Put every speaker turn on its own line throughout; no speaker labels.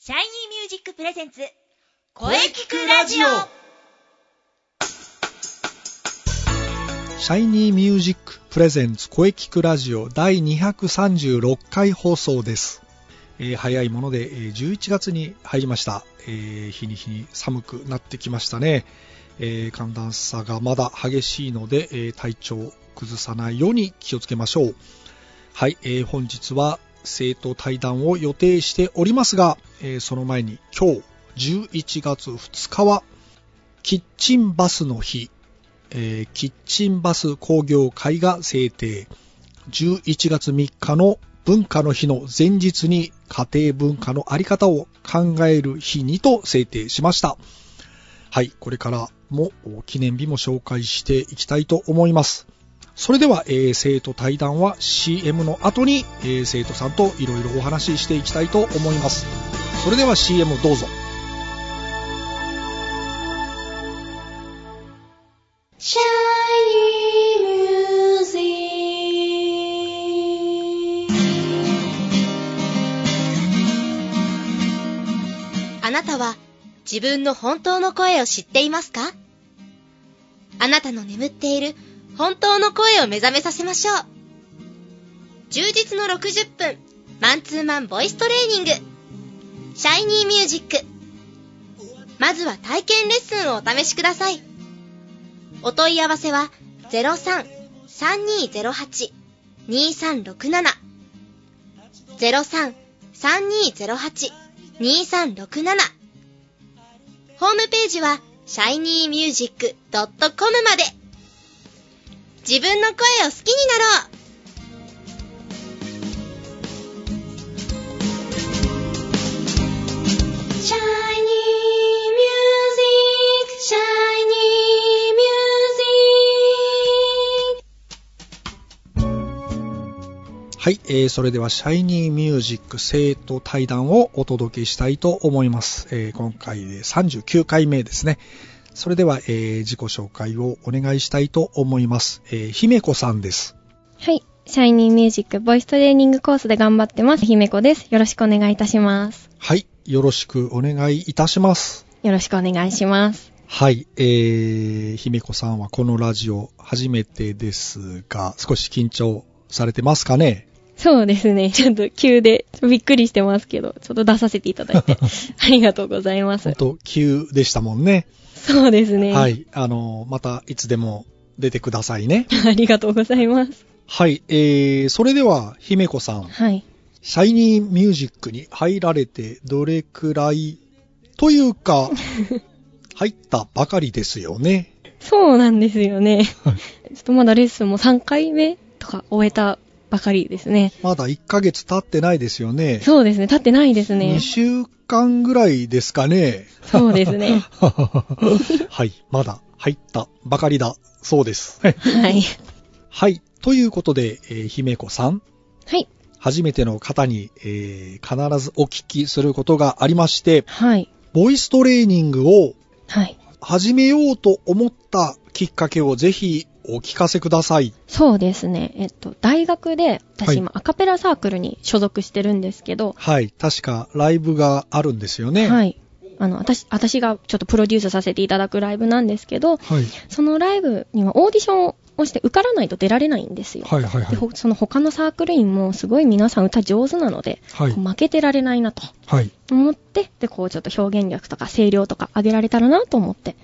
シャイニーミュージックプレゼンツ
声聞くラジオ
シャイニーミュージックプレゼンツ声聞くラジオ第236回放送です、えー早いもので、えー11月に入りました、えー日に日に寒くなってきましたね、えー寒暖差がまだ激しいので、えー体調を崩さないように気をつけましょうはい、えー本日は生徒対談を予定しておりますが、えーその前に今日11月2日はキッチンバスの日えーキッチンバス工業会が制定。11月3日の文化の日の前日に家庭文化のあり方を考える日にと制定しました。はい、これからもお記念日も紹介していきたいと思います。それでは、えー生徒対談は CM の後に、えー生徒さんといろいろお話ししていきたいと思います。それでは CM どうぞ。
シャイニーミュージックあなたは自分の本当の声を知っていますかあなたの眠っている本当の声を目覚めさせましょう充実の60分マンツーマンボイストレーニングシャイニーミュージックまずは体験レッスンをお試しくださいお問い合わせは03-3208-2367 03-3208-2367ホームページは shinymusic.com まで自分の声を好きになろうシャイニーミュージック、シャイニ
はい、えーそれではシャイニーミュージック生徒対談をお届けしたいと思います。えー今回で39回目ですね。それでは、えー自己紹介をお願いしたいと思います。えー、姫子さんです。
はい。シャイニーミュージックボイストレーニングコースで頑張ってます。ひめこです。よろしくお願いいたします。
はい、よろしくお願いいたします。
よろしくお願いします。
はい、えー、姫子さんはこのラジオ初めてですが、少し緊張されてますかね
そうですね。 ちょっと急で、びっくりしてますけど、ちょっと出させていただいて、 ありがとうございま
本
す。
当急でしたもんね。
そうですね。
はい、あの、またいつでも出てくださいね。
ありがとうございます。
はい、えー、それでは、姫子さん、
はい。
シャイニーミュージックに入られてどれくらいという か、入ったばかりですよね。
そうなんですよね。ちょっとまだレッスンも3回目とか終えたばかりですね。
まだ1ヶ月経ってないですよね。
そうですね。立ってないです
2
ね。
週間ぐらいですかね。。
そうですね
はい、まだ入ったばかりだそうです。
はい。
はい、ということで、えー姫子さん。
はい。
初めての方に、えー必ずお聞きすることがありまして、
はい。
ボイストレーニングを
はい。
始めようと思ったきっかけをぜひお聞かせください。
そうですね。えっと、大学で、
はい
私今、アカペラサークルに所属してるんですけど、
はい。確かライブがあるんですよね。。
はいい。あの、私、私がちょっとプロデュースさせていただくライブなんですけど、
はい。
そのライブにはオーディションをして受からないと出られないんですよ。
はいはいは
でほその他のサークル員もすごい皆さん歌上手なので、
はい
こう負けてられないなと
はい。
思って、で、こうちょっと表現力とか声量とか上げられたらなと思って、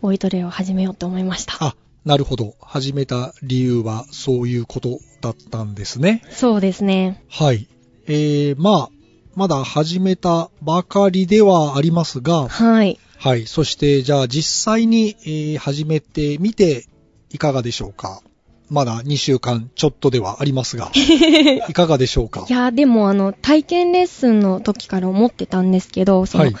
ボイトレを始めようと思いました。
あ、なるほど。始めた理由はそういうことだったんですね。
そうですね。
はい。えー、まあ、まだ始めたばかりではありますが、
はい。
はい。そして、じゃあ実際に、えー始めてみていかがでしょうかまだ2週間ちょっとではあります が、いかがでしょうか
いやーでもあの体験レッスンの時から思ってたんですけどその、
はい。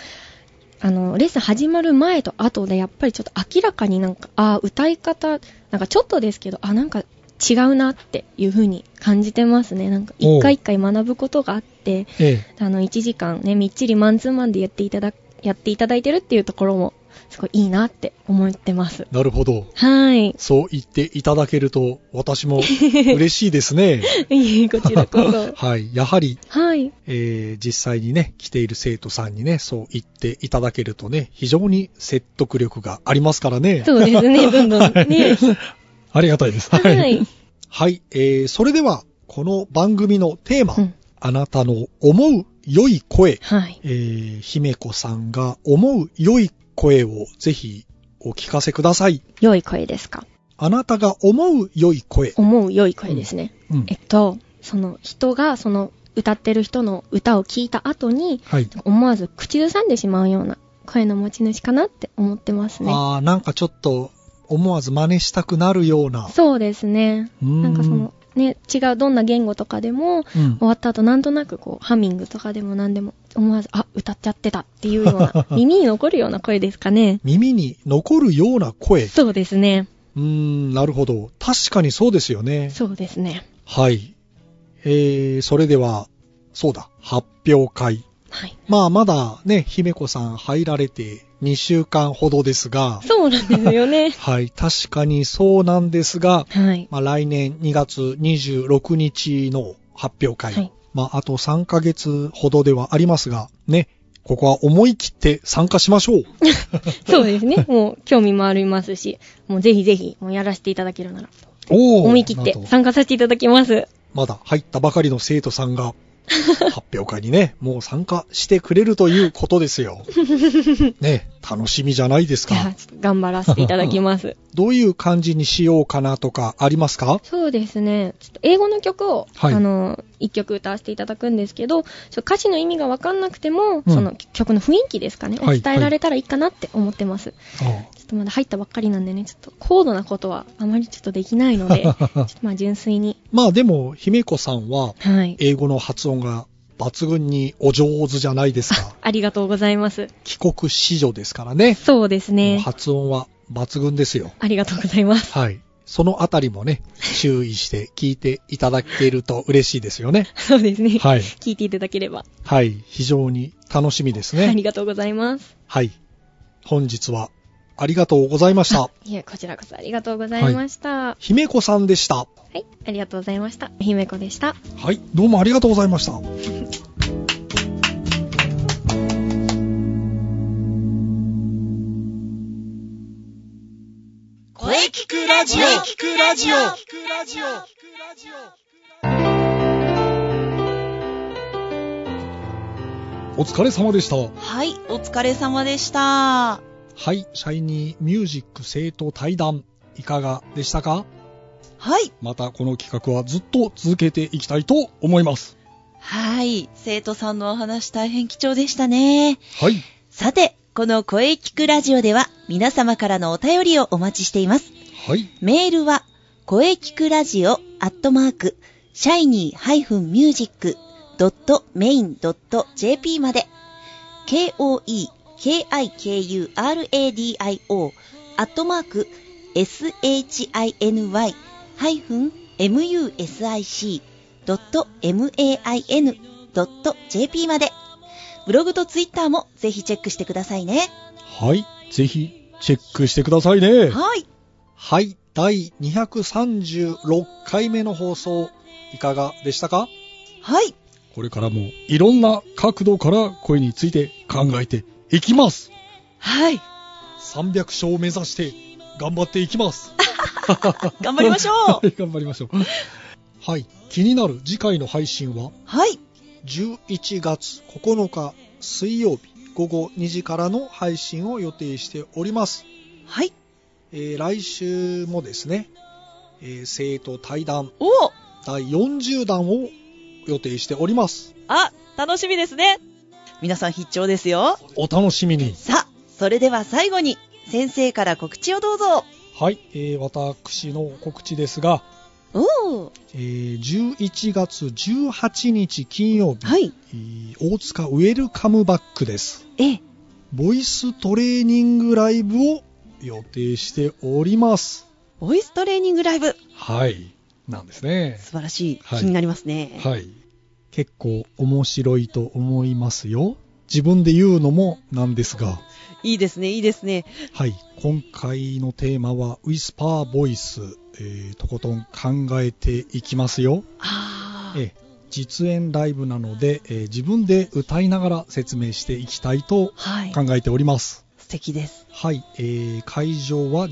あのレッスン始まる前と後でやっぱりちょっと明らかになんかあー歌い方なんかちょっとですけどあなんか違うなっていう風に感じてますねなんか
おう
一回一回学ぶことがあって
ええ。
あの1時間ねみっちりマンツーマンでやっていただやっていただいてるっていうところもすごいいいなって思ってます。
なるほど。
はい。
そう言っていただけると、私 も嬉しいです ね。
いえこちらこそ。
はい。やはり、
はい。
えー実際にね、来ている生徒さんにね、そう言っていただけるとね、非常に説得力がありますからね。
そうですね、どんどんね。
ありがたいです。
はい。
はい、えーそれでは、この番組のテーマ、
うん
あなたの思う良い声、
はい。
えー、姫子さんが思う良い声をぜひお聞かせください。
良い声ですか
あなたが思う良い声。
思う良い声ですね。
うん
えっと、その人が、その歌ってる人の歌を聞いた後に、
はい。
思わず口ずさんでしまうような声の持ち主かなって思ってますね。
あーなんかちょっと思わず真似したくなるような。
そうですね。
な
なんかその、ね、違うどんな言語とかでも、
うん
終わった後なんとなくこう、ハミングとかでも何でも、思わず、あ、歌っちゃってたっていうような、耳に残るような声ですかね。
耳に残るような声。う
そうですね。
ーん、なるほど。確かにそうですよね。
そうですね。
はい。えー、それでは、そうだ、発表会。
はい。
まあ、まだね、姫子さん入られて2週間ほどですが、。
そうなんですよね
はい、確かにそうなんですが、
はい。
まあ、来年2月26日の発表会。
はい
まあ、あと3ヶ月ほどではありますが、ね、ここは思い切って参加しまし ょう。
そうです ね。もう、興味もありますし、もうぜひぜひ、もうやらせていただけるなら、
おー
思い切っ
な
て
るほど
参加させていただきます。
まだ入ったばかりの生徒さん が、発表会にね、もう参加してくれるということです よ。ね、楽しみじゃないです
じゃあ
か。、
頑張らせていただきます。
どういう感じにしようかなとかありますか
そうですね。ちょっと英語の曲を、
はい
あの、一曲歌わせていただくんですけど、ちょっと歌詞の意味がわかんなくて
う
も、
ん
その曲の雰囲気ですかね、
はい
を伝えられたらいいかなって思ってます。ちょっとまだ入ったばっかりなんでね、ちょっと高度なことはあまりちょっとできないの で、ちょっとまあ純粋に。
まあでも、姫子さんは、
はい。
英語の発音が抜群にお上手じゃないです か。
ありがとうございます。
帰国子女ですからね。
そうです
もう
ね。
発音は抜群ですよ。
ありがとうございます。
はい。そのあたりもね、注意して聞いていただけると嬉しいですよね。
そうですね。
はい
聞いていただければ、
はい。非常に楽しみですね。
ありがとうございます。
はい。本日はありがとうございま した。
いえ、こちらこそありがとうございました。は
姫子さんでした。
い、ありがとうございました。姫子でした。
はい。どうもありがとうございました。
声聞くラジオ声聞くラジオ
お疲れ様でした。
はい、お疲れ様でした。
はい。シャイニーミュージック生徒対談、いかがでしたか
はい。
またこの企画はずっと続けていきたいと思います。
はい、生徒さんのお話大変貴重でしたね。
はい。
さて、この声聞くラジオでは皆様からのお便りをお待ちしています。
はい。
メールは、声聞くラジオアットマーク、シャイニー -music.main.jp まで、k-o-e-k-i-k-u-r-a-d-i-o アットマーク、shiny-music.main.jp まで、ブログとツイッターもぜひチェックしてくださいね。
はい。ぜひ、チェックしてくださいね。
はい。
はい。第236回目の放送、いかがでしたか
はい。
これからもいろんな角度から声について考えていきます。
はい。
300勝を目指して頑張っていきます。
頑張りましょう。
はい頑張りましょう。はい。気になる次回の配信は
はい。
11月9日水曜日午後2時からの配信を予定しております。
はい。
えー来週もですね、えー生徒対談
おお
第40弾を予定しております。
あ、楽しみですね。皆さん必聴ですよ。
お楽しみに。
さあ、それでは最後に、先生から告知をどうぞ。
はい、えー私の告知ですが、
おお
えー11月18日金曜日、
はい。
えー大塚ウェルカムバックです。
ええ、
ボイストレーニングライブを予定しております。
ボイストレーニングライブ。
はい、なんですね。
素晴らしい。
はい
気になりますね。
はい。結構面白いと思いますよ。自分で言うのもなんですが、
いいですね、いいですね。
はい、今回のテーマは、ウィスパーボイス、えーとことん考えていきますよ。
あー
ええ実演ライブなので、えー自分で歌いながら説明していきたいと
はい。
考えております。
素敵です。
はい、えー会場は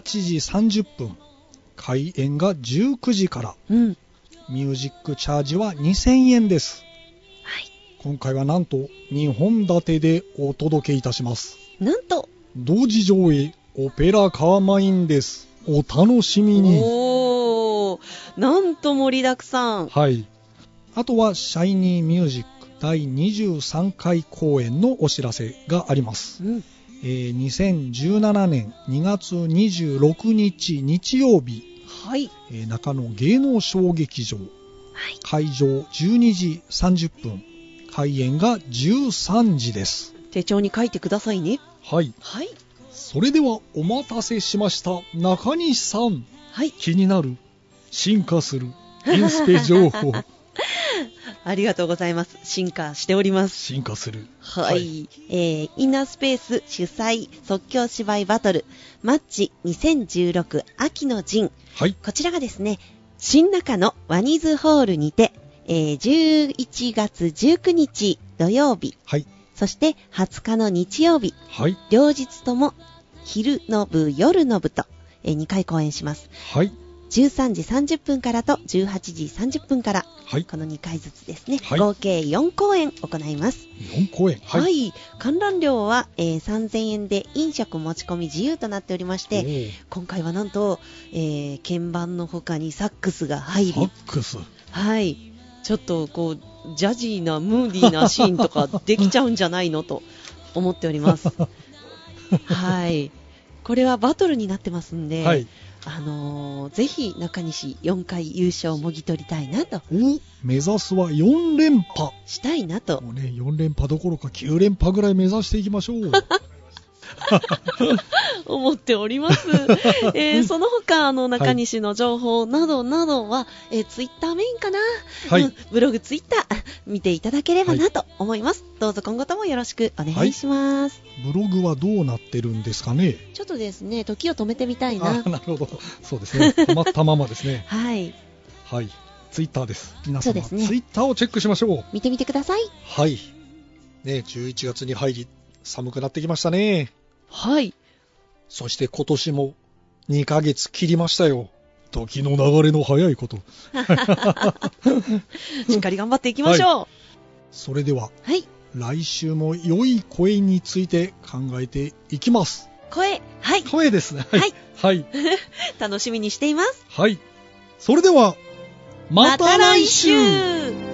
18時30分、開演が19時から、
うん。
ミュージックチャージは2000円です。
はい。
今回はなんと2本立てでお届けいたします。
なんと、
同時上映オペラカーマインですお楽しみに
おー、なんと盛りだくさん。
はいあとは「シャイニーミュージック第23回公演のお知らせがあります、
うん。
えー2017年2月26日日曜日、
はい。
えー中野芸能小劇場
はい。
会場12時30分開演が13時です
手帳に書いてくださいね。
はい
はい。
それではお待たせしました中西さん
はい。
気になる進化するインスペ情 報
ありがとうございます。進化しております。
進化する
はい。
はい
えーインナースペース主催即興芝居バトルマッチ2016秋の陣
はい
こちらがですね新中野ワニズホールにて、えー11月19日土曜日
はい
そして20日の日曜日
はい
両日とも昼の部夜の部と、え2回公演します
はい
13時30分からと18時30分から
はい
この2回ずつですね、
はい
合計4公演行います
4公演
はい、
はい
観覧料は、えー3000円で飲食持ち込み自由となっておりまし
お
て
ー
今回はなんと、えー鍵盤の他にサックスが入
ファ
り、
ックス
はい、ちょっとこうジャジーなムーディーなシーンとかできちゃうんじゃないのと思ってお ります。はい、これはバトルになってますんで、
はい
あのーぜひ中西4回優勝をもぎ取りたいなと、
お目指すは4連覇
したいなと、
もうね4連覇どころか9連覇ぐらい目指していきましょ う
思っており ます。えーその他、あの、中西の情報などなどは、えツイッター Twitter メインかな、
はい
うんブログ、ツイッター、 見ていただければなと思います。どうぞ今後ともよろしくお願いします。
ブログはどうなってるんですかね
ちょっとですね、時を止めてみたい
あ
な
ー。なるほどそうですね止ま ったままですね
はい。
はいツイッターです皆様
そうですね
ツイッターをチェックしましょう
見てみてください
はいね11月に入り寒くなってきましたね
はい。
そして今年も2ヶ月切りましたよ。時の流れの早いこと。
しっかり頑張っていきましょう。
それでは、
はい
来週も良い声について考えていきます。
声、はい。
声ですね。
はい。
はい。
楽しみにしています。
はい。それでは、また来週
また来週